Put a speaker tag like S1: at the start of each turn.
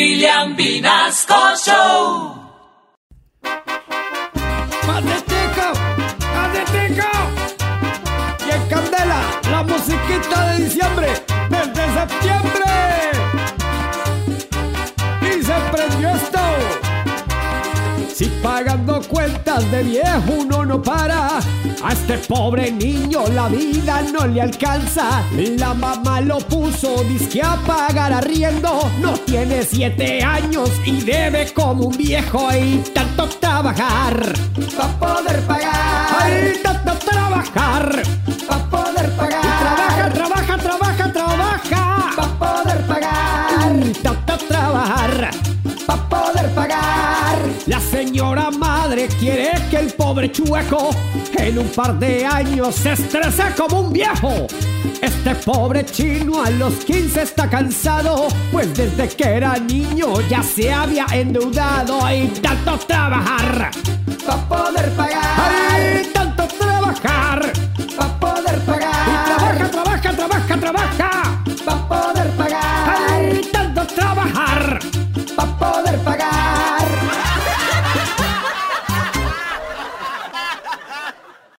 S1: William Vinasco Show.
S2: ¡Patetico! ¡Patetico! Y en Candela, la musiquita de diciembre, desde septiembre. Y se prendió esto. Si pagando cuentas de viejo uno no para, a este pobre niño la vida no le alcanza. La mamá lo puso, disque a pagar arriendo. No tiene siete años y debe como un viejo y tanto trabajar. Pa' poder pagar. Y tanto trabajar. Pa' poder pagar. Y trabaja, trabaja, trabaja, trabaja. Pa' poder pagar. Y tanto trabajar. Pa' poder pagar. La señora madre quiere que el pobre chueco en un par de años se estrese como un viejo. Este pobre chino a los 15 está cansado, pues desde que era niño ya se había endeudado y tanto trabajar.